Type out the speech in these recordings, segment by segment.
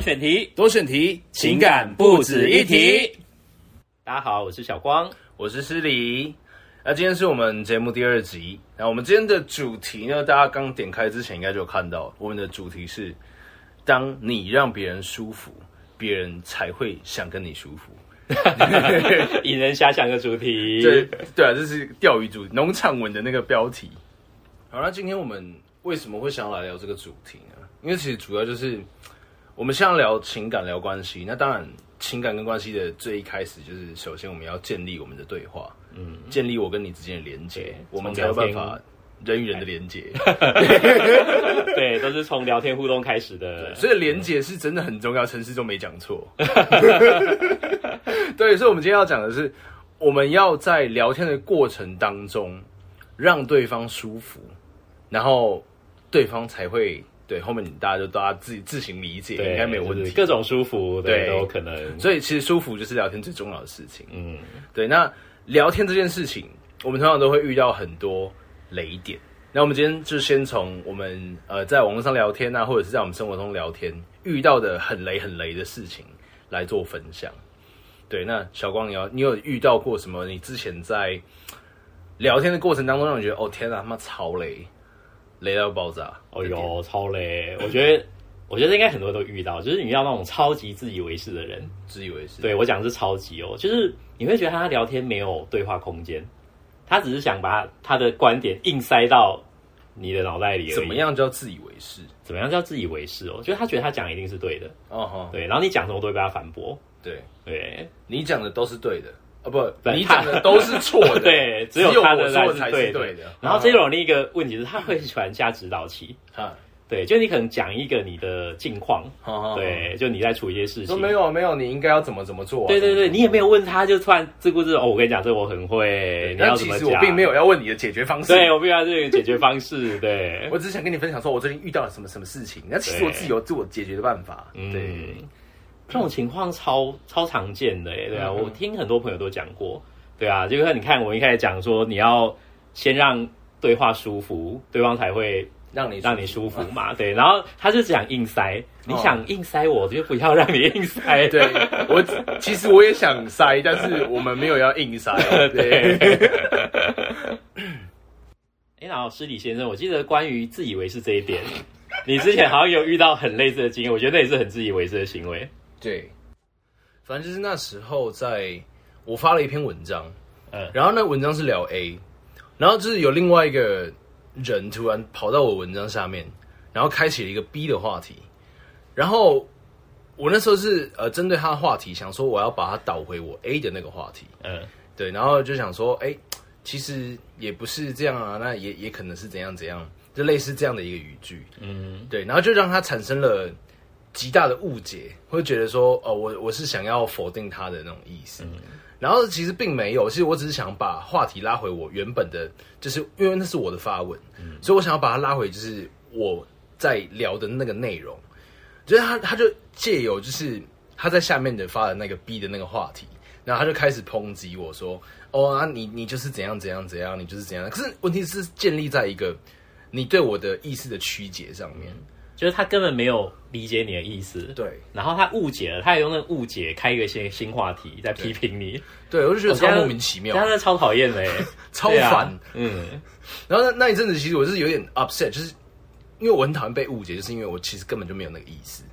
选题，多选题，情感不止一题。。大家好，我是小 光。我是诗黎，那今天是我们节目第二集。那我们今天的主题呢，大家刚点开之前应该就有看到，我们的主题是：当你让别人舒服，别人才会想跟你舒服。引人遐想的主题，对对啊，这是钓鱼主农场文的那个标题。好，那今天我们为什么会想要来聊这个主题呢？因为其实主要就是我们想要聊情感、聊关系。那当然，情感跟关系的最一开始就是，首先我们要建立我们的对话，嗯，建立我跟你之间的连接对，我们才有办从聊法人与人的连接。对，都是从聊天互动开始的。所以连接是真的很重要，陈市中没讲错。对，所以我们今天要讲的是，我们要在聊天的过程当中让对方舒服，然后对方才会对后面你大家就大家自己自行理解，对，应该没有问就题是。各种舒服，对， 对都有可能。所以其实舒服就是聊天最重要的事情。嗯，对，那聊天这件事情，我们通常都会遇到很多雷点。那我们今天就先从我们呃在网络上聊天啊，或者是在我们生活中聊天遇到的很雷很雷的事情来做分享。对，那小光，你要你有遇到过什么？你之前在聊天的过程当中，让你觉得哦天啊，他妈超雷，雷到爆炸！哦哟，超累。我觉得，我觉得应该很多人都遇到，就是你遇到那种超级自以为是的人。自以为是。对我讲的是超级哦，就是你会觉得他聊天没有对话空间，他只是想把他的观点硬塞到你的脑袋里而已。怎么？样叫自以为是？怎么样叫自以为是哦？就是他觉得他讲一定是对的，哦吼，对，然后你讲什么都会被他反驳，对对你讲的都是对的啊，不，对你讲的都是错的， 对，只有他我的说的才才是对对的。的。嗯然后这种另一个问题是，他会喜欢下指导棋，啊，对，就你可能讲一个你的近况，好好，对，就你在处理一些事你情嗯说，没有啊没有，你应该要怎么怎么做啊？对对对，你也没有。有问他，就突然自顾自地哦，我跟你讲，这我很会，你但要怎其么实我讲？并没有要问你的解决方式，对，我必须要这个解决方式。 对，我只是想跟你分享说，我最近遇到了什么什么事情。那其实对我自己有自我解决的办法。对，嗯，这种情况超超常见的耶，对啊，嗯哼我听很多朋友都讲过，对啊，就像你看，我一开始讲说，你要先让对话舒服，对方才会让你让你舒服嘛，对，然后他就想硬塞，你哦想硬塞我，就不要让你硬 塞， 对我其实我也想塞，但是我们没有要 硬塞。对，哎，然后施礼先生，我记得关于自以为是这一点，你之前好像有遇到很类似的经验，我觉得那也是很自以为是的行为。对，反正就是那时候在，我发了一篇文章，嗯嗯，然后那文章是聊 A，然后就是有另外一个人突然跑到我文章下面，然后开启了一个 B 的话题，然后我那时候是呃针对他的话题，想说我要把它导回我 A 的那个话题，嗯，对，然后就想说，哎、其实也不是这样啊，那也也可能是怎样怎样，就类似这样的一个语句，嗯，对，然后就让他产生了极大的误解，会觉得说，哦，我我是想要否定他的那种意思，然后其实并没有，其实我只是想把话题拉回我原本的，就是因为那是我的发问，所以我想要把它拉回就是我在聊的那个内容，就是他他就借由就是他在下面的发的那个 B 的那个话题，然后他就开始抨击我说：“哦啊，你你就是怎样怎样怎样，你就是怎样。”可是问题是建立在一个你对我的意识的曲解上面。就是他根本没有理解你的意思，对然后他误解了，他也用那个误解开一个新新话题在批评你，对，我就觉得我觉超得莫名其妙他，真的超讨厌的耶， 超对啊烦。嗯，然后那那一阵子，其实我是有点 upset，就是因为我很讨厌被误解，就是因为我其实根本就没有那个意思，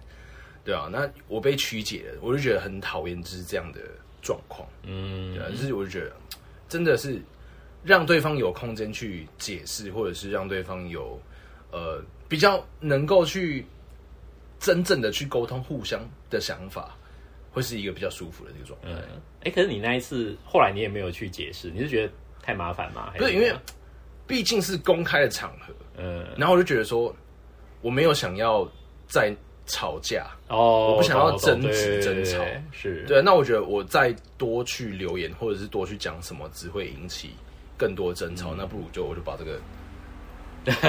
对啊，那我被曲解了，我就觉得很讨厌，就是这样的状况，嗯，对啊，就是我就觉得真的是让对方有空间去解释，或者是让对方有呃比较能够去真正的去沟通互相的想法，会是一个比较舒服的这个状态。哎、可是你那一次后来你也没有去解释，你是觉得太麻烦吗？还不是怎因么为样，毕竟是公开的场合，嗯，然后我就觉得说，我没有想要再吵架，哦，我不想要懂懂争执对争吵对对是，对，那我觉得我再多去留言或者是多去讲什么，只会引起更多争嗯吵，那不如就我就把 这个，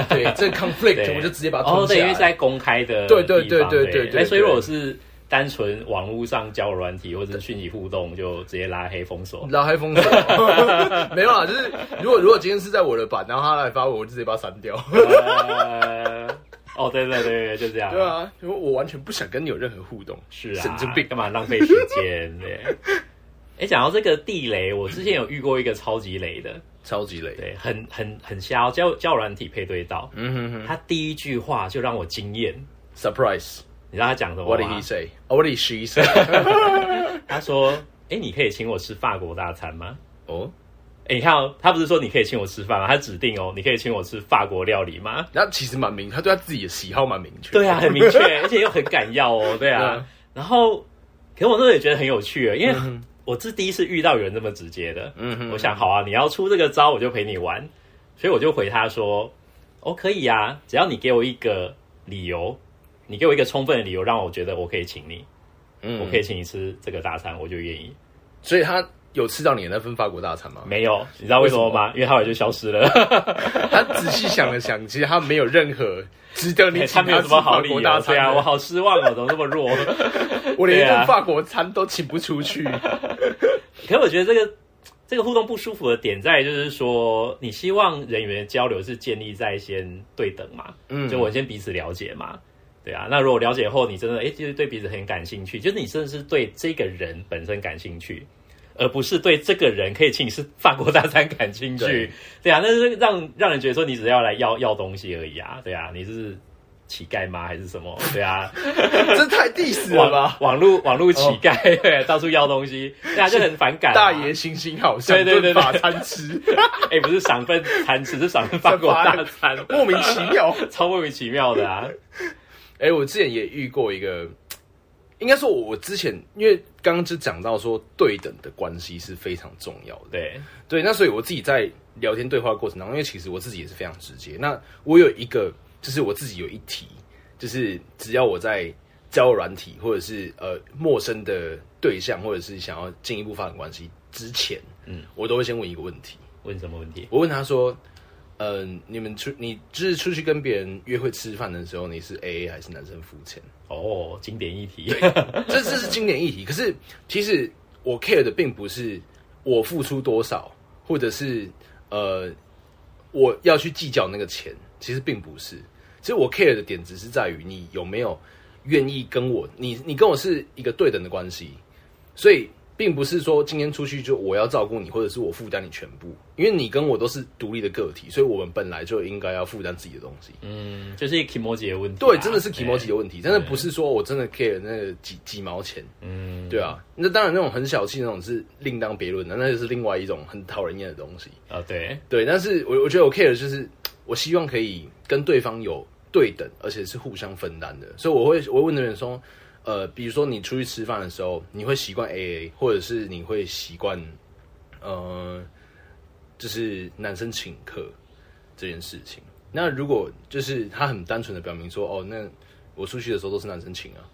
对，这个 conflict 我就直接把它哦，吞对，因为下是来。在公开的地方，对对对对对对哎，所以如对果是单纯网络上交友软体或者是讯息互动，就直接拉黑封 锁。然后还封锁， 没有啊， 就是如果如果今天是在我的版，然后他来发我，我就直接把它删掉。呃哦，对对对对，就这样。对，啊，因为我完全不想跟你有任何互动。是啊，神经病干嘛浪费时 间？对。哎，讲到这个地雷，我之前有遇过一个超级雷的，超级累。对，很很很瞎、哦，交交友软体配对到，嗯哼哼他第一句话就让我惊艳。 ，surprise，what 你知道他讲什么 did 吗 he？say？What did she say？ 他说：“哎，你可以请我吃法国大餐吗哦，？”哎，你看哦，他不是说你可以请我吃饭吗？他指定哦，你可以请我吃法国料理吗？那其实蛮明，他对他自己的喜好蛮明确。对 啊，很明确，而且又很敢要哦，对对啊。啊然后，可是我那时候也觉得很有趣，因为我是第一次遇到有人这么直接的。嗯哼我想，好啊，你要出这个招，我就陪你玩。所以我就回他说：“哦，可以啊，只要你给我一个理由，你给我一个充分的理由，让我觉得我可以请你，嗯我可以请你吃这个大餐，我就愿意。所以他有吃到你的那份法国大餐 吗？没有，你知道为什么吗？因为他后来就消失了，他仔细想了想，其实他没有任何值 得 你哎他请没有吃什么好法理国由大。餐对的。啊，我好失望哦，怎么这么弱？我连一对啊顿法国餐都请不出去。啊可我觉得这个这个互动不舒服的点在于就是说，你希望人员交流是建立在先对等嘛，嗯就我先彼此了解嘛，对啊。那如果了解后，你真的哎，诶其实对彼此很感兴趣，就是你真的是对这个人本身感兴趣，而不是对这个人可以请你吃法国大餐感兴趣，对对啊。那是让让人觉得说你只是要来要要东西而已啊，对啊，你是。乞丐吗？还是什么？对 啊，这太 diss 了网吧！哦网络网络乞丐，对，到处要东西， 对啊，就很反感啊、大爷行行好，想对对对顿对法餐吃，哎、不是赏份餐吃，是赏份 法国大餐，莫名其妙。 超莫名其妙的啊！哎、我之前也遇过一个，应该说我我之前因为刚刚就讲到说对等的关系是非常重要的。对，对，那所以我自己在聊天对话的过程当中，因为其实我自己也是非常直接。那我有一个，就是我自己有一题，就是只要我在交友软体或者是呃陌生的对象，或者是想要进一步发展关系之前，嗯，我都会先问一个问题。问什么问题？我问他说：“嗯、你们出你就是出去跟别人约会吃饭的时候，你是 A A 还是男生付钱？”哦，经典议题，这这是经典议题。可是其实我 care 的并不是我付出多少，或者是呃我要去计较那个钱，其实并不是。其实我 care 的点只是在于你有没有愿意跟我，你你跟我是一个对等的关系，所以并不是说今天出去就我要照顾你，或者是我负担你全部，因为你跟我都是独立的个体，所以我们本来就应该要负担自己的东西。嗯，就是 i m o j i 的问题啊、对，真的是 i m o 对 j i 的问题，真的不是说我真的 care 那个几几毛钱，嗯，对啊，那当然那种很小气那种是另当别论的，那就是另外一种很讨人厌的东西。啊、对，对，但是我我觉得我 care 的就是，我希望可以跟对方有对等，而且是互相分担的，所以我会我会问的人说，呃，比如说你出去吃饭的时候，你会习惯 AA，或者是你会习惯，呃，就是男生请客这件事情。那如果就是他很单纯的表明说，哦，那我出去的时候都是男生请啊，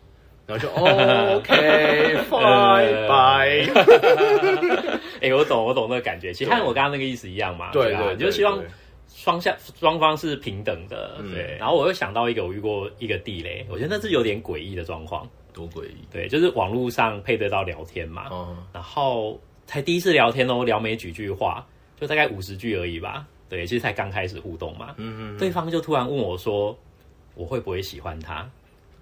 然后 就哦，OK，fine，拜。呃呃 哎、我懂，我懂那个感觉，其实和我刚刚那个意思一样嘛，对啊对，你就希望对双向双方是平等的，嗯对。然后我又想到一个，我遇过一个地雷，我觉得那是有点诡异的状况，多诡异对，就是网络上配得到聊天嘛，哦。然后才第一次聊天哦，聊没几句话，就大概五十句而已吧。对，其实才刚开始互动嘛。嗯嗯。对方就突然问我说，我会不会喜欢他？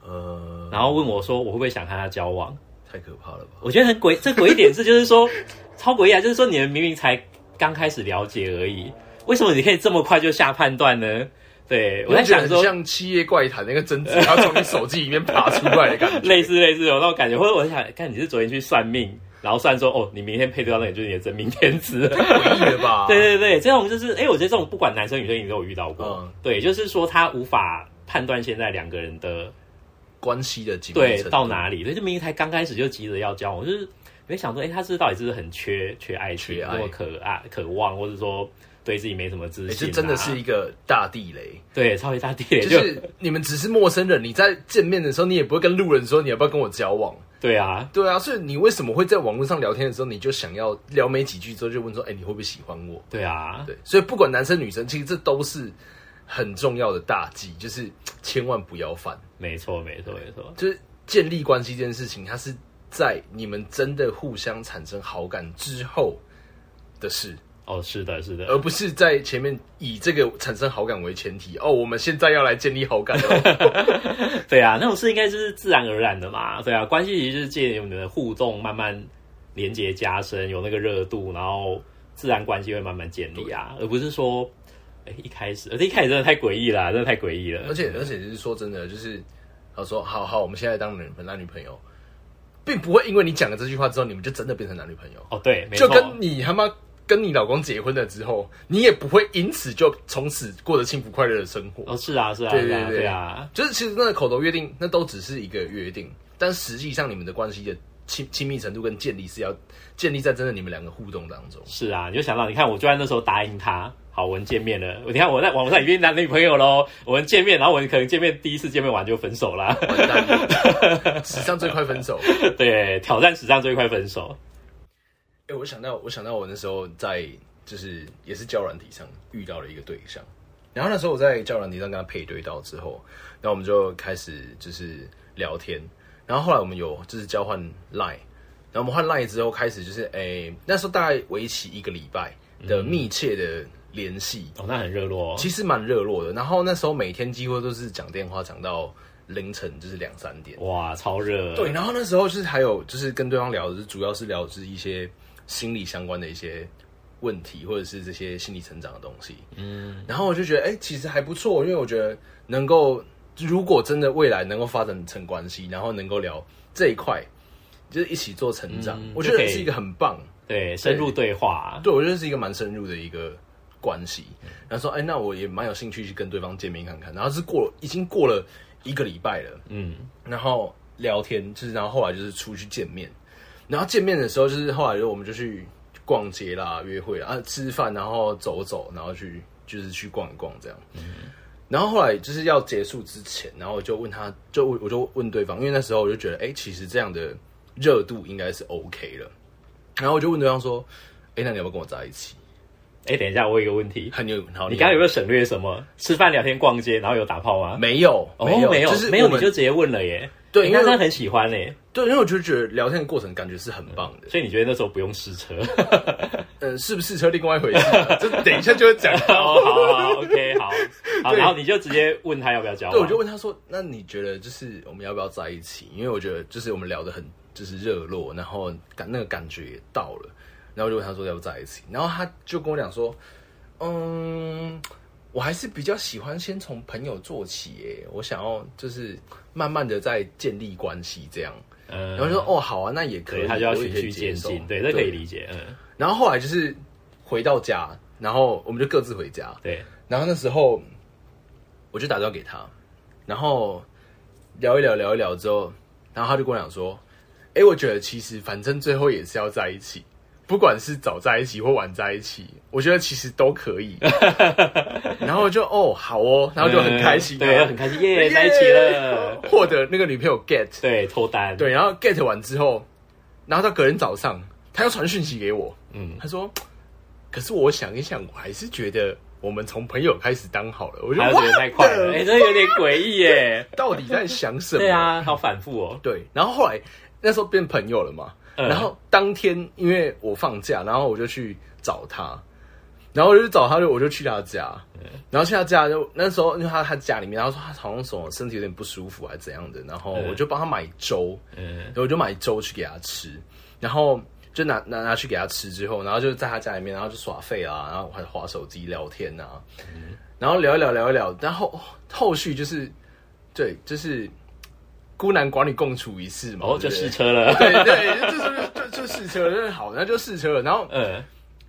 呃，然后问我说，我会不会想和他交往？太可怕了吧？我觉得很诡，这诡异点是就是说， 超诡异啊！就是说，你们明明才刚开始了解而已，为什么你可以这么快就下判断呢？对我在觉想得很说，像《七夜怪谈》那 个贞子，她从你手机里面爬出来的感觉。类似类似有那种感觉，或者我在想，看你是昨天去算命，然后算说哦，你明天配对到那个就是你的真命天子。诡异了吧？对对对，这种就是，哎、我觉得这种不管男生女生，你都有遇到过。嗯对，就是说他无法判断现在两个人的关系的紧密对程度到？哪里，所以就明明才刚开始就急着要交往，就是没想说，哎、他是到底是不是很缺缺爱情，缺爱或渴爱渴望，或者说对自己没什么自哎信、啊这真的是一个大地雷，对超级大地雷，就就是你们只是陌生人，你在见面的时候，你也不会跟路人说你要不要跟我交往。对啊，对啊，所以你为什么会在网络上聊天的时候，你就想要聊没几句之后就问说，哎、你会不会喜欢我？对啊，对，所以不管男生女生，其实这都是很重要的大忌，就是千万不要犯。没错没错没错，就是建立关系这件事情，它是在你们真的互相产生好感之后的事。哦，是的，是的，而不是在前面以这个产生好感为前提。哦，我们现在要来建立好感 哦。对啊，那种事应该就是自然而然的嘛。对啊，关系其实就是借由你们的互动慢慢连接加深，有那个热度，然后自然关系会慢慢建立啊，而不是说，哎、一开始，而且一开始真的太诡异啦，真的太诡异了而。且而且是说真的，就是他说好好，我们现在当男男女朋友，并不会因为你讲了这句话之后，你们就真的变成男女朋友。哦，对，没就错，跟你他妈跟你老公结婚了之后，你也不会因此就从此过着幸福快乐的生活。哦，是啊，是啊，对是啊，对对啊，就是其实那个口头约定，那都只是一个约定，但实际上你们的关系的亲亲密程度跟建立是要建立在真的你们两个互动当中。是啊，你就想到，你看我就在那时候答应他，好，我们见面了，你看我在网上已经男女朋友喽，我们见面，然后我们可能见面第一次见面完就分手啦， 完蛋，史上最快分手。哎、对，挑战史上最快分手，我想到，我想到我那时候在就是也是交友软体上遇到了一个对象，然后那时候我在交友软体上跟他配对到之后，然后我们就开始就是聊天，然后后来我们有就是交换 Line，然后我们换 Line 之后开始就是哎、那时候大概为期一个礼拜的密切的联系，哦，那很热络、哦，其实蛮热络的。然后那时候每天几乎都是讲电话讲到凌晨，就是两三点。哇，超热，对，然后那时候就是还有就是跟对方聊，就是主要是聊就是一些心理相关的一些问题，或者是这些心理成长的东西。嗯，然后我就觉得，哎、其实还不错，因为我觉得能够如果真的未来能够发展成关系，然后能够聊这一块，就是一起做成长，嗯我觉就得可以是一个很棒。对，深入对话，对，我觉得是一个蛮深入的一个关系。然后说，哎、那我也蛮有兴趣去跟对方见面看看。然后是过了已经过了一个礼拜了，嗯，然后聊天，就是然后后来就是出去见面，然后见面的时候就是后来就我们就去逛街啦、约会啊、吃饭，然后走走，然后去就是去逛一逛这样。然后后来就是要结束之前，然后我就问他，就我我就问对方，因为那时候我就觉得，哎、其实这样的热度应该是 OK 了。然后我就问对方说，哎、那你要不要跟我在一起？哎、等一下，我有一个问题，很有好，你刚刚有没有？有省略什么？吃饭、聊天、逛街，然后有打炮吗？没有，哦，没有，没有，就是没有，我你们就直接问了耶。对你因为刚刚很喜欢嘞，对，因为我就觉得聊天的过程感觉是很棒 的。所以你觉得那时候不用试车？呃，是不是车另外一回事、 啊，这等一下就会 讲哦， 到。好好好，OK，好，好，对然后你就直接问他要不要交往。对，我就问他说：“那你觉得就是我们要不要在一起？”因为我觉得就是我们聊得很就是热络，然后感那个感觉也到了，然后我就问他说要不要在一起，然后他就跟我讲说：“嗯，我还是比较喜欢先从朋友做起，耶，我想要就是慢慢的再建立关系这样。”嗯，然后就说：“哦，好啊，那也可对以，他就要我也循可以序接渐受进，对，这可以理解，嗯，然后后来就是回到家，然后我们就各自回家，对，然后那时候我就打电话给他，然后聊一聊聊一聊之后，然后他就跟我讲说：“哎、我觉得其实反正最后也是要在一起，不管是早在一起或晚在一起，我觉得其实都 可以。”然后我就哦好哦，然后就很开心、嗯对，很开心，耶，耶在一起了，， 获得那个女朋友 get 对，脱单，，对，然后 get 完之后，然后到隔天早上，他又传讯息给我，嗯，他说：“可是我想一想，我还是觉得我们从朋友开始当好了。”我就还有哇点，太快了，哎，这有点诡异耶，到底在想什么？对，啊，好反复哦，对。然后后来那时候变朋友了嘛，嗯然后当天因为我放假，然后我就去找他。然后我就去找他，就我就去他家，嗯然后去他家就那时候，因为他他家里面，然后说他好像什么身体有点不舒服还是怎样的，然后嗯我就帮他买粥，嗯，然后我就买粥去给他吃，然后就拿拿拿去给他吃之后，然后就在他家里面，然后就耍废啊，然后还划手机聊天啊，嗯然后聊一聊聊一聊，然后哦后续就是对，就是孤男寡女共处一室嘛，哦，对就不试对车了， 对对，就是就就试车，就是好，那就试车了，然后 嗯，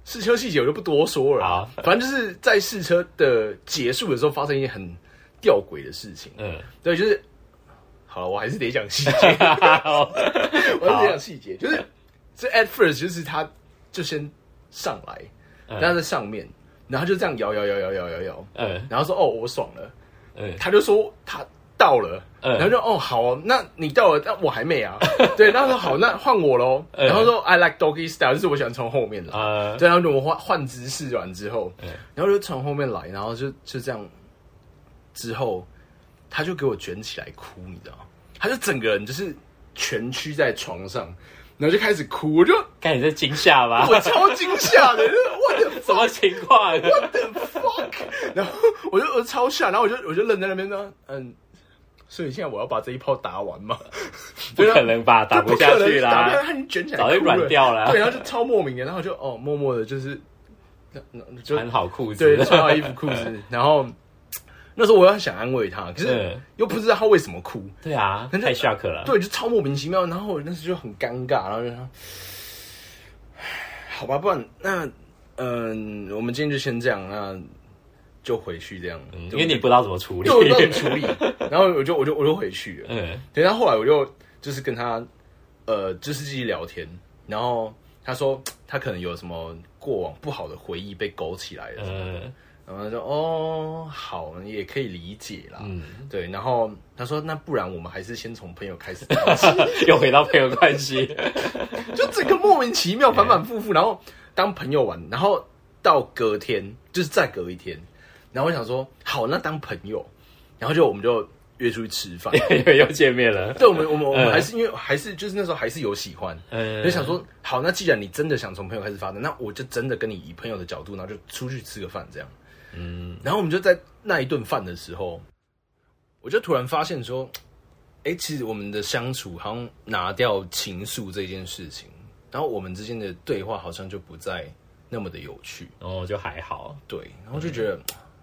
试车细节我就不多说了啊，好反正就是在试车的结束的时候发生一件很吊诡的事情，嗯，对，就是好了，我还是得讲细 节。我要讲细节，就是这 at first 就是他就先上来，嗯然后在上面，然后就这样摇摇摇摇摇摇摇，嗯然后说哦我爽了，嗯， 他就说他到了，嗯然后就哦好哦，那你到了，那我还没啊，对，然后说好那换我喽，嗯然后说 I like doggy style，就是我喜欢从后面来，呃，对，然后就我换换姿势完之后嗯，然后就从后面来，然后就就这样，之后他就给我卷起来哭，你知道吗？他就整个人就是蜷曲在床上，然后就开始哭，我就看你在惊吓吧，我超惊吓的，我的 什么情况？然后我就我就超吓，然后我就我就愣在那边呢，嗯，所以现在我要把这一炮打完嘛， 不可能吧？打不下可能去打不下啦去，他已经卷起来，早就软掉了对，然后就超莫名的，然后就哦，默默的就是，那那就穿好裤子 对，，穿好衣服裤哎子，然后那时候我要想安慰他，可是嗯又不知道他为什么哭，对啊，人家太 shock 了。对，就超莫名其妙。然后我那时就很尴尬，然后就说，好吧，不然那嗯、我们今天就先这样，那就回去这样，嗯就因为你不知道怎么处理对，。我不知道怎么处理，然后我就我就我就回去了。 嗯，对，然后后来我就就是跟他呃，就是继续聊天，然后他说他可能有什么过往不好的回忆被勾起来了，呃，然后他说哦，好，也可以理解啦。嗯，对，然后他说：“那不然我们还是先从朋友开始聊又回到朋友关系。 就整个莫名其妙反反复复，然后当朋友玩，然后到隔天就是再隔一天，然后我想说好，那当朋友，然后就我们就约出去吃饭。又又见面了。对，我们我们我们还是因为还是就是那时候还是有喜欢，嗯，就想说好，那既然你真的想从朋友开始发展，那我就真的跟你以朋友的角度，然后就出去吃个饭这样。嗯，然后我们就在那一顿饭的时候，我就突然发现说，哎、其实我们的相处好像拿掉情愫这件事情，然后我们之间的对话好像就不再那么的有趣，然后哦就还好，对，然后就觉得、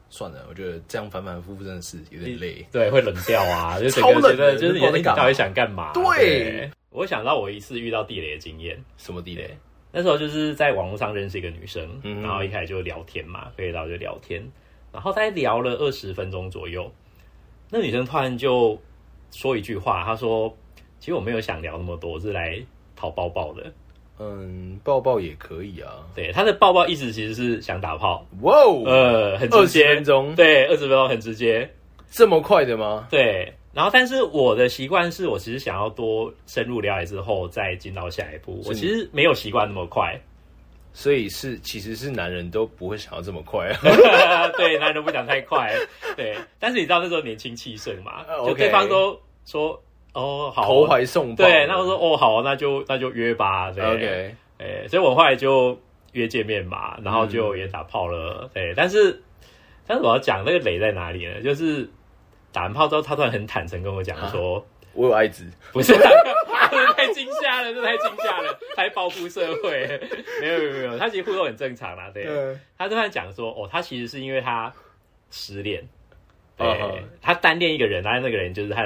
算了，我觉得这样反反复复真的是有点累。对，会冷掉啊，就整超个冷觉的得就是就不知道在你干嘛到底想干嘛？对我想到我一次遇到地雷的经验，什么地雷？那时候就是在网络上认识一个女生，嗯然后一开始就聊天嘛，可以到就聊天，然后大概聊了二十分钟左右，那女生突然就说一句话，她说：“其实我没有想聊那么多，我是来讨抱抱的。嗯，抱抱也可以啊。对，她的抱抱意思其实是想打炮，哇哦，呃，很二直十接分，钟对，二十分钟很直接，这么快的吗？对。然后，但是我的习惯是我其实想要多深入了解之后再进到下一步，我是其实没有习惯那么快。所以是其实是男人都不会想要这么快 啊。对，男人不讲太快。对，但是你知道那时候年轻气盛嘛呃，就 OK 对方都说哦好，投怀送抱。对，那我说哦好，那就那就约吧。对 OK，嗯对，所以我后来就约见面嘛，然后就也打炮了。对，但是但是我要讲那个雷在哪里呢？就是打完炮之后，他突然很坦诚跟我讲啊说。我有艾滋，不是，这 太惊吓了，这太惊吓了，太报复社会。没有没有没有，他其实互动很正常啦。对，嗯他突然讲说，哦，他其实是因为他失恋，对啊哈他单恋一个人，但是那个人就是和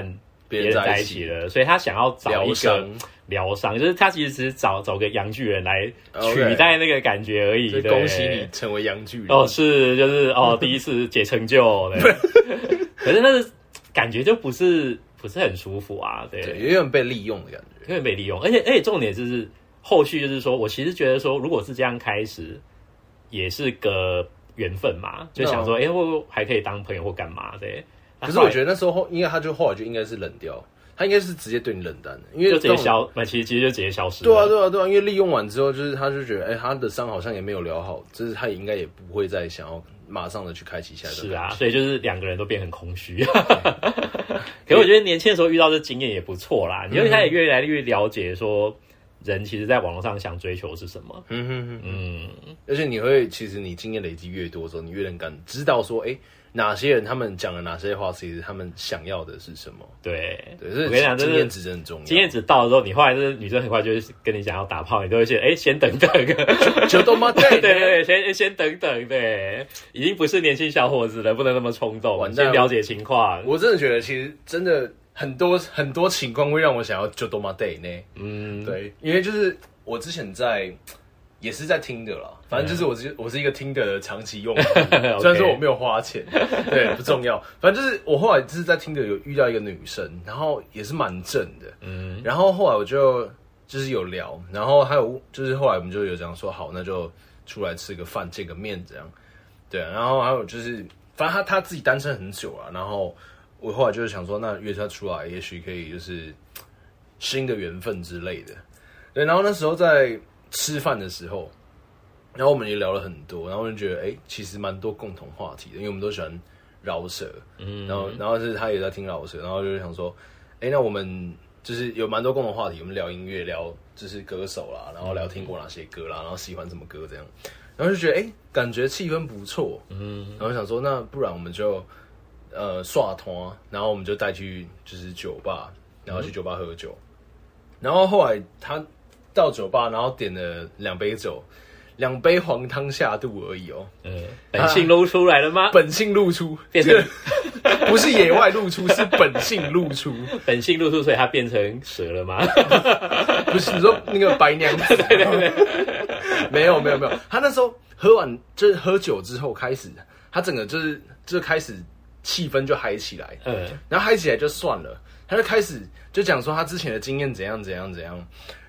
别别人人在在一一起起了，所以他想要找一疗个伤，疗伤，就是他其实只是找找个洋巨人来 OK 取代那个感觉而已。所以对恭喜你成为洋巨人。哦，是就是哦，第一次解成就， 对，可是那个感觉就不是不是很舒服啊，对。对，有点被利用的感觉。因为被利用，而且而且重点就是后续就是说我其实觉得说，如果是这样开始，也是个缘分嘛，就想说，哎、会不会还可以当朋友或干嘛的。嗯啊可是我觉得得那时候，因为他就后来就应该是冷掉，他应该是直接对你冷淡的，因为就直接这种消，那其实其实就直接消失对啊，了。对啊，对啊，因为利用完之后，就是他就觉得，哎、他的伤好像也没有疗好，就是他也应该也不会再想要马上的去开启下一段。是啊，，所以就是两个人都变很空 虚。可是我觉得年轻的时候遇到这经验也不错啦，你就开始越来越了解说，人其实在网络上想追求是什么。嗯哼哼，嗯，而且你会，其实你经验累积越多之后，你越能感知道说，哎、哪些人他们讲了哪些话，其实他们想要的是什么。对，对，所我跟你讲，以这经是验值真的很重要，经验值到了之后，你后来就是女生很快就会跟你讲要打炮，你都会先哎、先等等，就都妈对对对对，先先等等，对，已经不是年轻小伙子了，不能那么冲动，完先蛋了了解情况。我真的觉得，其实真的很多很多情况会让我想要就多玛 day 呢。嗯，对，因为就是我之前在也是在听的啦，反正嗯就是我是我是一个听的长期用户 OK 嗯虽然说我没有 花钱，对，不重要。反正就是我后来就是在听的有遇到一个女生，然后也是蛮正的，嗯然后后来我就就是有聊，然后还有就是后来我们就有这样说好，那就出来吃个饭见个面这样，对啊，然后还有就是反正他他自己单身很久啊了，然后我后来就是想说，那约他出来，也许可以就是新的缘分之类的，对，然后那时候在吃饭的时候。然后我们也聊了很多，然后就觉得，哎，其实蛮多共同话题的，因为我们都喜欢饶舌，嗯，然后然后是他也在听老师，然后就是想说，哎，那我们就是有蛮多共同话题，我们聊音乐，聊就是歌手啦，然后聊听过哪些歌啦，然后喜欢什么歌这样。然后就觉得哎、诶感觉气氛不错，嗯，然后想说那不然我们就呃刷通啊，然后我们就带去就是酒吧，然后去酒吧喝酒，然后后来他到酒吧，然后点了两杯酒，两杯黄汤下肚而已哦，嗯，本性露出来了吗？本性露出，变成这个 不是野外露出，是本性露出，本性露出，所以它变成蛇了吗？ 不是你说那个白娘子？ 没有没有没有，他那时候喝完就是喝酒之后开始，他整个就是就开始气氛就嗨起来，嗯，然后嗨起来就算了，他就开始就讲说他之前的经验怎样怎样怎样，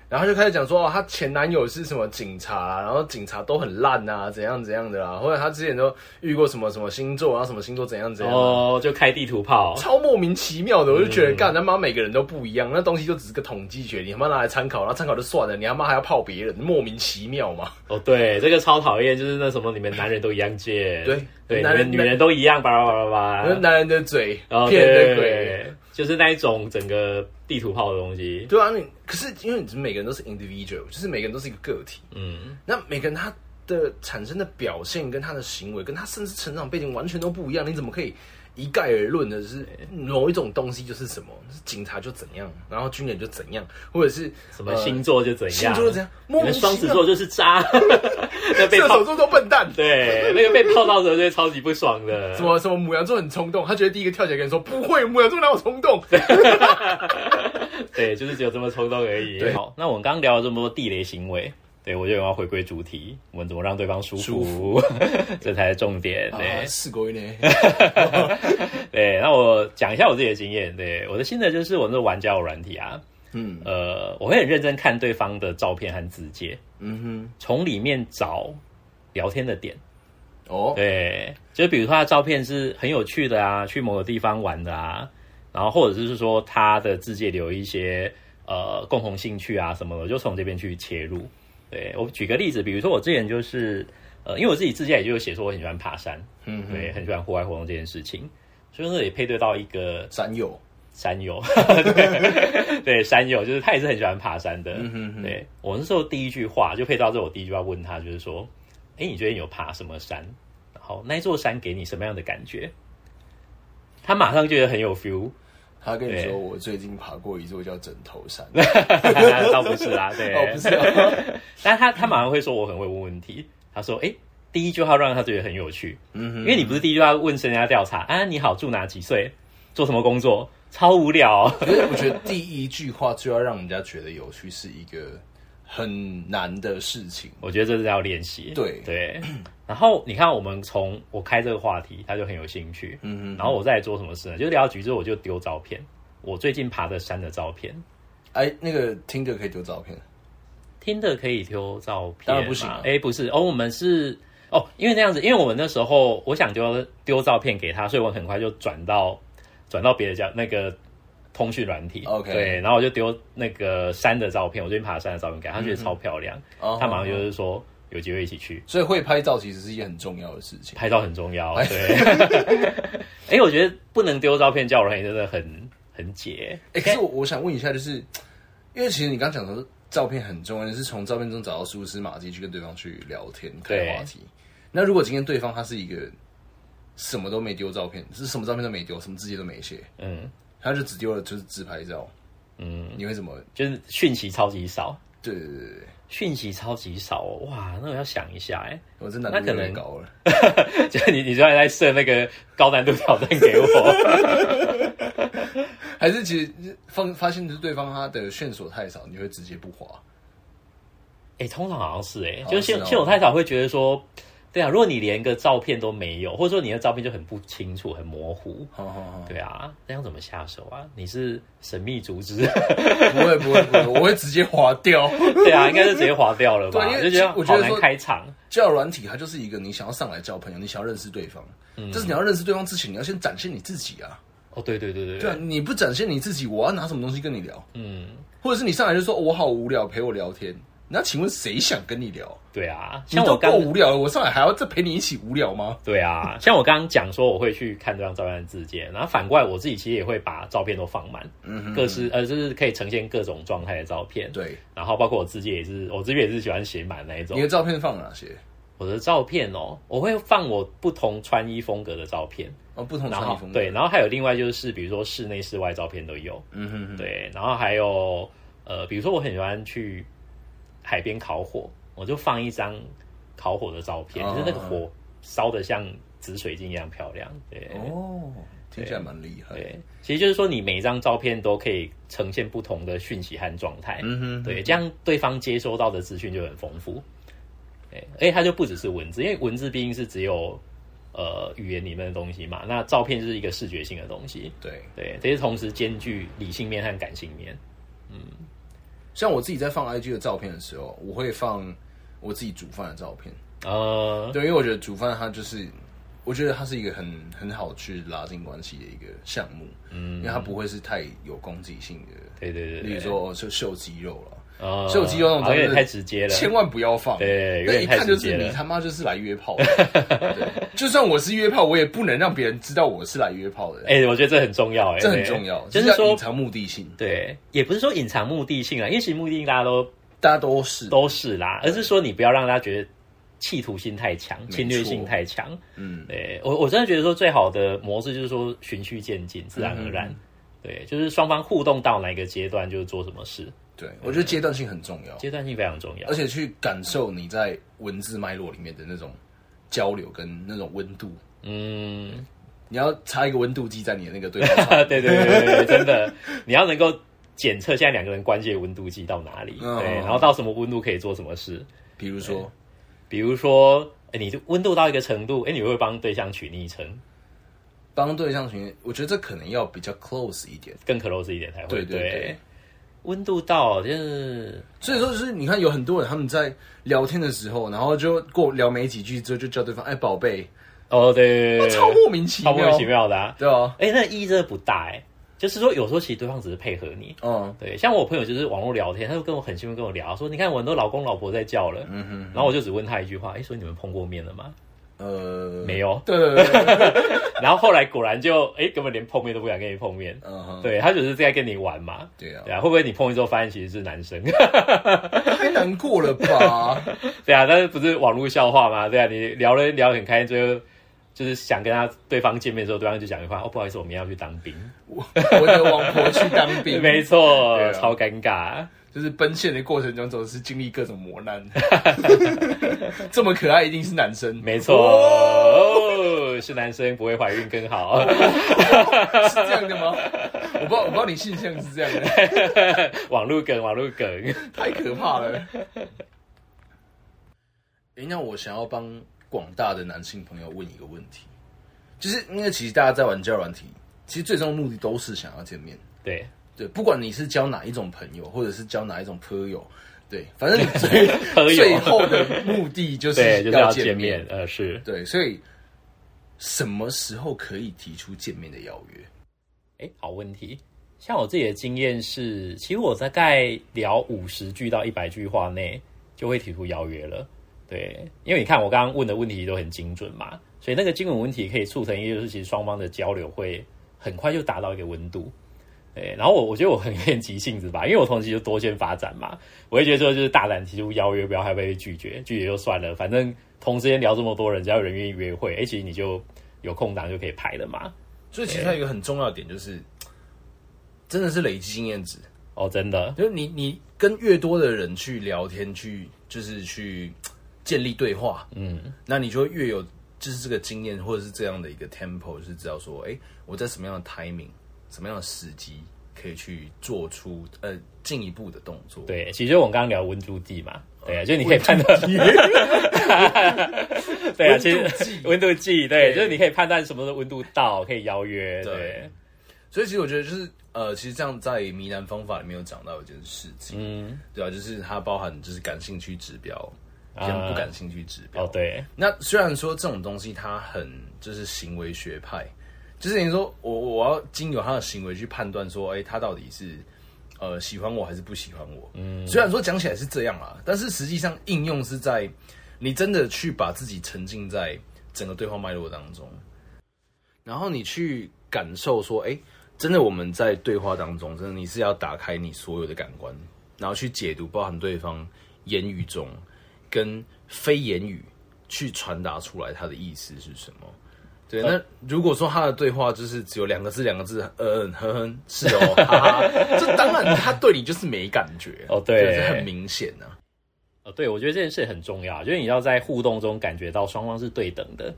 然后他就开始讲说哦，他前男友是什么警察、啊，然后警察都很烂啊，怎样怎样的啦、或者他之前都遇过什么什么星座，然后什么星座怎样怎样啊、哦，就开地图炮，超莫名其妙的，我就觉嗯得干他妈每个人都不一样，那东西就只是个统计学，你他妈拿来参考，然后参考就算了，你他妈还要泡别人，莫名其妙嘛。哦，对，这个超讨厌，就是那什么，你们男人都一样贱，对对，你男人们女人都一样，巴拉巴拉巴那拉，男人的嘴啊哦，骗人对的鬼，对，就是那一种整个地图炮的东西，对啊，你可是因为你每个人都是 individual，就是每个人都是一个个体，嗯，那每个人他的产生的表现跟他的行为，跟他甚至成长背景完全都不一样，你怎么可以一概而论的是某一种东西就是什么？是警察就怎样，然后军人就怎样，或者是什么呃星座就怎样，星座就怎样，你莫们名双其子妙啊座就是 渣， 那被射泡手，座都笨蛋， 对，那个被泡到的时候就会超级不爽的， 什么什么母羊座很冲动，他觉得第一个跳起来跟你说不会，母羊座哪有冲动？啊对，就是只有这么冲动而已。对好，那我们刚刚聊了这么多地雷行为，对我就要回归主题，我们怎么让对方舒服，舒这才是重点。对、啊，是鬼呢。对，那我讲一下我自己的经验。对，我的心得就是，我那个玩交友软体啊，嗯呃，我会很认真看对方的照片和字节，嗯从里面找聊天的点。哼，哦，对，就比如说他的照片是很有趣的啊，去某个地方玩的啊，然后或者是说他的字界里有一些呃共同兴趣啊什么的，我就从这边去切入。对我举个例子，比如说我之前就是呃，因为我自己自己也就有写说我很喜欢爬山，嗯哼，对，很喜欢户外活动这件事情，所以那也配对到一个山友，山 友，对对，山友就是他也是很喜欢爬山的。嗯哼哼，对我那时候第一句话就配到这，我第一句话问他就是说：“哎、你最近有爬什么山？然后那一座山给你什么样的感觉？”他马上觉得很有 feel， 他跟你对说我最近爬过一座叫枕头山，倒不是啦，对，哦，不是 啊，但他他马上会说我很会问问题，他说：“哎、第一句话让他觉得很有趣，嗯因为你不是第一句话问身家调查啊，你好，住哪几岁，做什么工作，超无聊、 哼，可是我觉得第一句话就要让人家觉得有趣是一个很难的事情，我觉得这是要练习。对对，然后你看，我们从我开这个话题，他就很有兴趣。嗯然后我再来做什么事呢？就是聊到局之后，我就丢照片，我最近爬的山的照片。哼，哎，那个听着可以丢照片，听的可以丢照片吗，当然不行啊哎，不是哦，我们是哦，因为那样子，因为我们那时候我想丢丢照片给他，所以我很快就转到转到别的家那个通讯软体。 OK 对，然后我就丢那个山的照片，我最近爬山的照片给他，他觉得超漂亮，哦他马上就是说有机会一起去。所以会拍照其实是一件很重要的事情，拍照很重要，对。 哎、我觉得不能丢照片，交友软件真的很很解。哎、可是我我想问一下，就是因为其实你刚讲的照片很重要，你是从照片中找到蛛丝马迹去跟对方去聊天、开对话题。那如果今天对方他是一个什么都没丢照片，是什么照片都没丢，什么字迹都没写，嗯，他就只丢了就是自拍照，嗯，你会怎么？就是讯息超级少，对对对对对，讯息超级少、哦，哇，那我要想一下、哎，我真难度那可有点能高了。就是你你居然在设那个高难度挑战给我， 还是其实放发现就是对方他的线索太少，你会直接不划。哎、通常好像是哎、好像就是现哦现我太少会觉得说。对啊，如果你连个照片都没有，或者说你的照片就很不清楚、很模糊，好好好，对啊，那样怎么下手啊？你是神秘组织， 不会不会不会，我会直接划掉。对啊，应该是直接划掉了吧？ 对因为就觉得我觉好得难说开场。交友软体它就是一个你想要上来交朋友，你想要认识对方，嗯就是你要认识对方之前，你要先展现你自己啊。哦，对对对对对啊，你不展现你自己，我要拿什么东西跟你聊？嗯，或者是你上来就说我好无聊，陪我聊天。那请问谁想跟你聊？对啊，你像都我刚够无聊了，我上来还要再陪你一起无聊吗？对啊， 像我刚刚讲说我会去看这张照片的字节，然后反过来我自己其实也会把照片都放满，嗯各式呃就是可以呈现各种状态的照片，对，然后包括我自己也是，我自己也是喜欢写满那一种你的，照片放了哪些？我我的照片哦，我会放我不同穿衣风格的照片，哦，不同然穿衣后风格，对，，然后还有另外就是比如说室内室外照片都有，嗯哼哼，对，然后还有呃，比如说我很喜欢去海边烤火，我就放一张烤火的照片，就是那个火烧的像紫水晶一样漂亮。对、哦，听起来蛮厉害，对，其实就是说你每一张照片都可以呈现不同的讯息和状态，嗯哼，对，这样对方接收到的资讯就很丰富。对，而且它就不只是文字，因为文字毕竟是只有呃语言里面的东西嘛，那照片就是一个视觉性的东西。对，对，这是同时兼具理性面和感性面。像我自己在放 IG 的照片的时候，我会放我自己煮饭的照片，呃，对，因为我觉得煮饭它就是，我觉得它是一个很很好去拉近关系的一个项目，嗯，因为它不会是太有攻击性的，对对对，例如说哦，秀秀肌肉了。呃，秀肌肉那种好有东西点太直接了，千万不要放，对那有一点太看就直接是了你他妈就是来 约炮的。对，就算我是约炮，我也不能让别人知道我是来约炮的。哎、我觉得这很重要、哎，这很对重要，就这是叫说隐，藏目的性，对，也不是说隐藏目的性啊，因为其实目的性大家都大家都是都是啦，而是说你不要让大家觉得企图心太强、错侵略性太强。嗯，对我，我真的觉得说最好的模式就是说循序渐进，自然而然。嗯对，就是双方互动到哪一个阶段，就是做什么事，对，我觉得阶段性很重要，阶段性非常重要哦而。且去感受你在文字脉络里面的那种交流跟那种温度，嗯，，你要插一个温度计在你的那个对话 上对对对对对，真的，你要能够检测现在两个人关系的温度计到哪里，嗯对，然后到什么温度可以做什么事。比如说比如说，哎，你就温度到一个程度，哎，你会帮对象取昵称，帮对象群，我觉得这可能要比较 close 一点，更 close 一点才会。对对对。温度到就是所以说，就是你看，有很多人他们在聊天的时候，然后就过聊没几句之后，就叫对方“哎，宝贝哦，对对”，对对，超莫名其超妙，莫名其，妙的、啊。对啊，哎，那意义真的不大哎，就是说有时候其实对方只是配合你。嗯，对，像我朋友就是网络聊天，他就跟我很兴奋跟我聊，说你看我很多老公老婆在叫了，嗯哼，然后我就只问他一句话，哎，所以你们碰过面了吗？呃，，没有对对 对对，然后后来果然就哎根本连碰面都不敢跟你碰面，嗯哼，对他只是在跟你玩嘛，对啊对，啊，会不会你碰面之后发现其实是男生？ 太难过了吧？对啊，但是不是网络笑话吗？对啊，你聊了聊得很开心，最后就是想跟他对方见面的时候，对方就讲一句话：“哦，不好意思，我明天要去当兵。我我的王婆去当” 兵，没错，对啊超尴尬。就是奔现的过程中，总是经历各种磨 难。这么可爱，一定是男生，没错，哦是男生不会怀孕更好。 是这样的吗？我不知道，我不知道你性向是这样的，网络梗，网络梗。太可怕了。哎、那我想要帮广大的男性朋友问一个问题，就是因为其实大家在玩交友软体，其实最终的目的都是想要见面。对，对，不管你是交哪一种朋友，或者是交哪一种朋友，对，反正你最朋友 最后的目的就对，是就是要见见面。呃，是。对，所以什么时候可以提出见面的邀约？哎，好问题。像我自己的经验是，其实我大概聊五十句到一百句话内就会提出邀约了。对，因为你看我刚刚问的问题都很精准嘛，所以那个精准问题可以促成一个就是其实双方的交流会很快就达到一个温度。对，然后我我觉得我很很急性子吧，因为我同时就多线发展嘛，我会觉得说就是大胆提出邀约，不要害怕被拒绝，拒绝就算了，反正同时间聊这么多人，只要有人愿意约会，哎，其实你就有空档就可以排了嘛。所以其实还有一个很重要的点就是，真的是累积经验值。哦，真的，就是你你跟越多的人去聊天，去就是去建立对话，嗯，那你就会越有就是这个经验或者是这样的一个 tempo，就是知道说，哎、我在什么样的 timing，什么样的时机可以去做出呃进一步的动作。 对，其实我们刚刚聊温度计嘛，对啊，就你可以判断，对啊，其温度实 温度计，对，对就是你可以判断什么时候温度到，可以邀约，对对，所以其实我觉得就是呃，其实这样在迷南方法里面有讲到一件事情，嗯，对啊，就是它包含就是感兴趣指标啊跟不感兴趣指标。哦，对，那虽然说这种东西它很就是行为学派，就是你说我我要经由他的行为去判断说，哎、他到底是呃喜欢我还是不喜欢我。嗯，虽然说讲起来是这样啊，但是实际上应用是在你真的去把自己沉浸在整个对话脉络当中，然后你去感受说，哎、真的我们在对话当中，真的你是要打开你所有的感官，然后去解读包含对方言语中跟非言语。去传达出来他的意思是什么。对，呃那如果说他的对话就是只有两个字，两个字，嗯嗯哼哼，是哦，哈哈，这当然他对你就是没感觉哦对就是很明显啊呐、呃，对，我觉得这件事很重要，就是你要在互动中感觉到双方是对等的，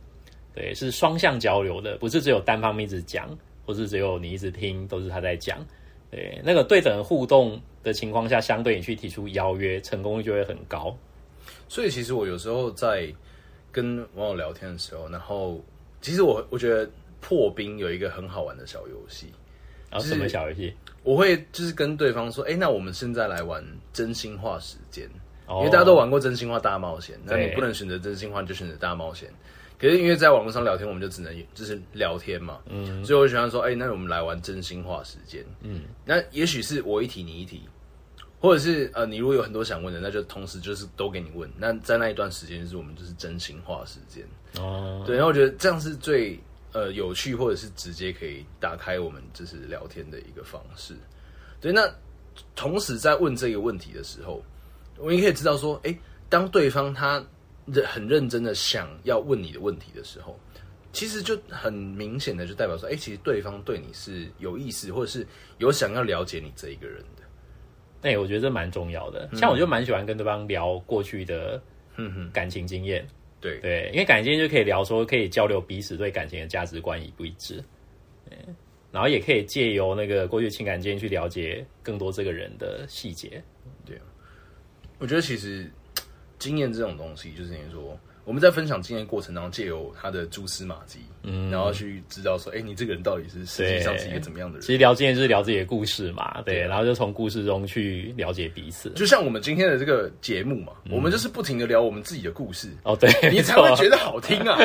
对，是双向交流的，不是只有单方面一直讲，或是只有你一直听，都是他在讲。对，那个对等互动的情况下，相对你去提出邀约，成功率就会很高。所以其实我有时候在跟网友聊天的时候，然后其实我我觉得破冰有一个很好玩的小游戏，然后什么小游戏？我会就是跟对方说，哎、那我们现在来玩真心话时间，哦因为大家都玩过真心话大冒险，那你对不能选择真心话，你就选择大冒险。可是因为在网络上聊天，我们就只能就是聊天嘛，嗯，所以我喜欢说，哎、那我们来玩真心话时间，嗯，那也许是我一题你一题，或者是呃，你如果有很多想问的，那就同时就是都给你问。那在那一段时间，就是我们就是真心话时间，哦，对，然后我觉得这样是最呃有趣，或者是直接可以打开我们就是聊天的一个方式。对，那同时在问这个问题的时候，我们也可以知道说，诶，当对方他认很认真的想要问你的问题的时候，其实就很明显的就代表说，诶，其实对方对你是有意思，或者是有想要了解你这一个人的。对，哎我觉得这蛮重要嗯的。像我就蛮喜欢跟对方聊过去的感情经验，对，对，因为感情经验就可以聊说，可以交流彼此对感情的价值观一不一致，对，然后也可以借由那个过去情感经验去了解更多这个人的细节。我觉得其实经验这种东西，就是你说我们在分享经验过程当中，借由他的蛛丝马迹，嗯，然后去知道说，哎、你这个人到底是实际上是一个怎么样的其实人。啊聊经验就是聊自己的故事嘛，对，然后就从故事中去了解彼此。就像我们今天的这个节目嘛，嗯我们就是不停的聊我们自己的 故事，哦，对，你才没会错觉得好听啊。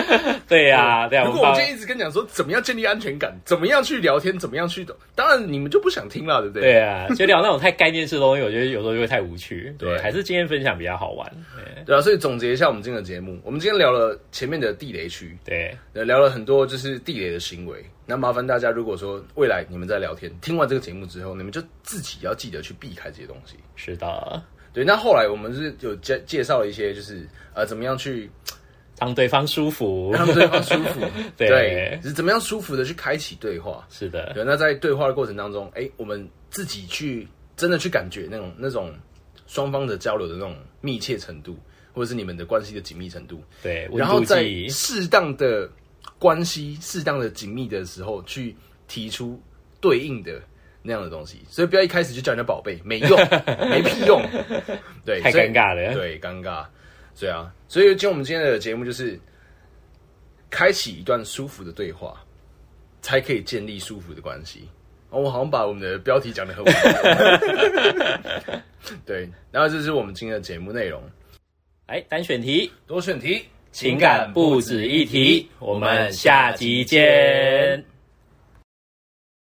对 呀、对呀、啊如果我们们把今天一直跟你讲说怎么样建立安全感，怎么样去聊天，怎么样去，当然你们就不想听了，对不对？对啊，就聊那种太概念式的东西，我觉得有时候就会太无趣。对，对还是今天分享比较好玩。对对啊，所以总结一下我们今天的节目，我们今天聊了前面的地雷区，对，呃，聊了很多就是地雷的行为。那麻烦大家，如果说未来你们在聊天，听完这个节目之后，你们就自己要记得去避开这些东西。是的，对，那后来我们是有介介绍了一些，就是呃，怎么样去让对方舒服。让对方舒服， 对是怎么样舒服的去开启对话。是的，对，那在对话的过程当中，哎，我们自己去真的去感觉那种那种双方的交流的那种密切程度，或者是你们的关系的紧密程度，对，温然后度在计适当的关系、适当的紧密的时候，去提出对应的那样的东西。所以不要一开始就叫人家宝贝，没 用，没屁用，对，太所以尴尬了对，尴尬，对啊。所以今天我们今天的节目就是开启一段舒服的对话，才可以建立舒服的关系。哦，我好像把我们的标题讲的很无聊。 对，然后这是我们今天的节目内容，哎，单选题，多选题。情感不止一题，我们下集见。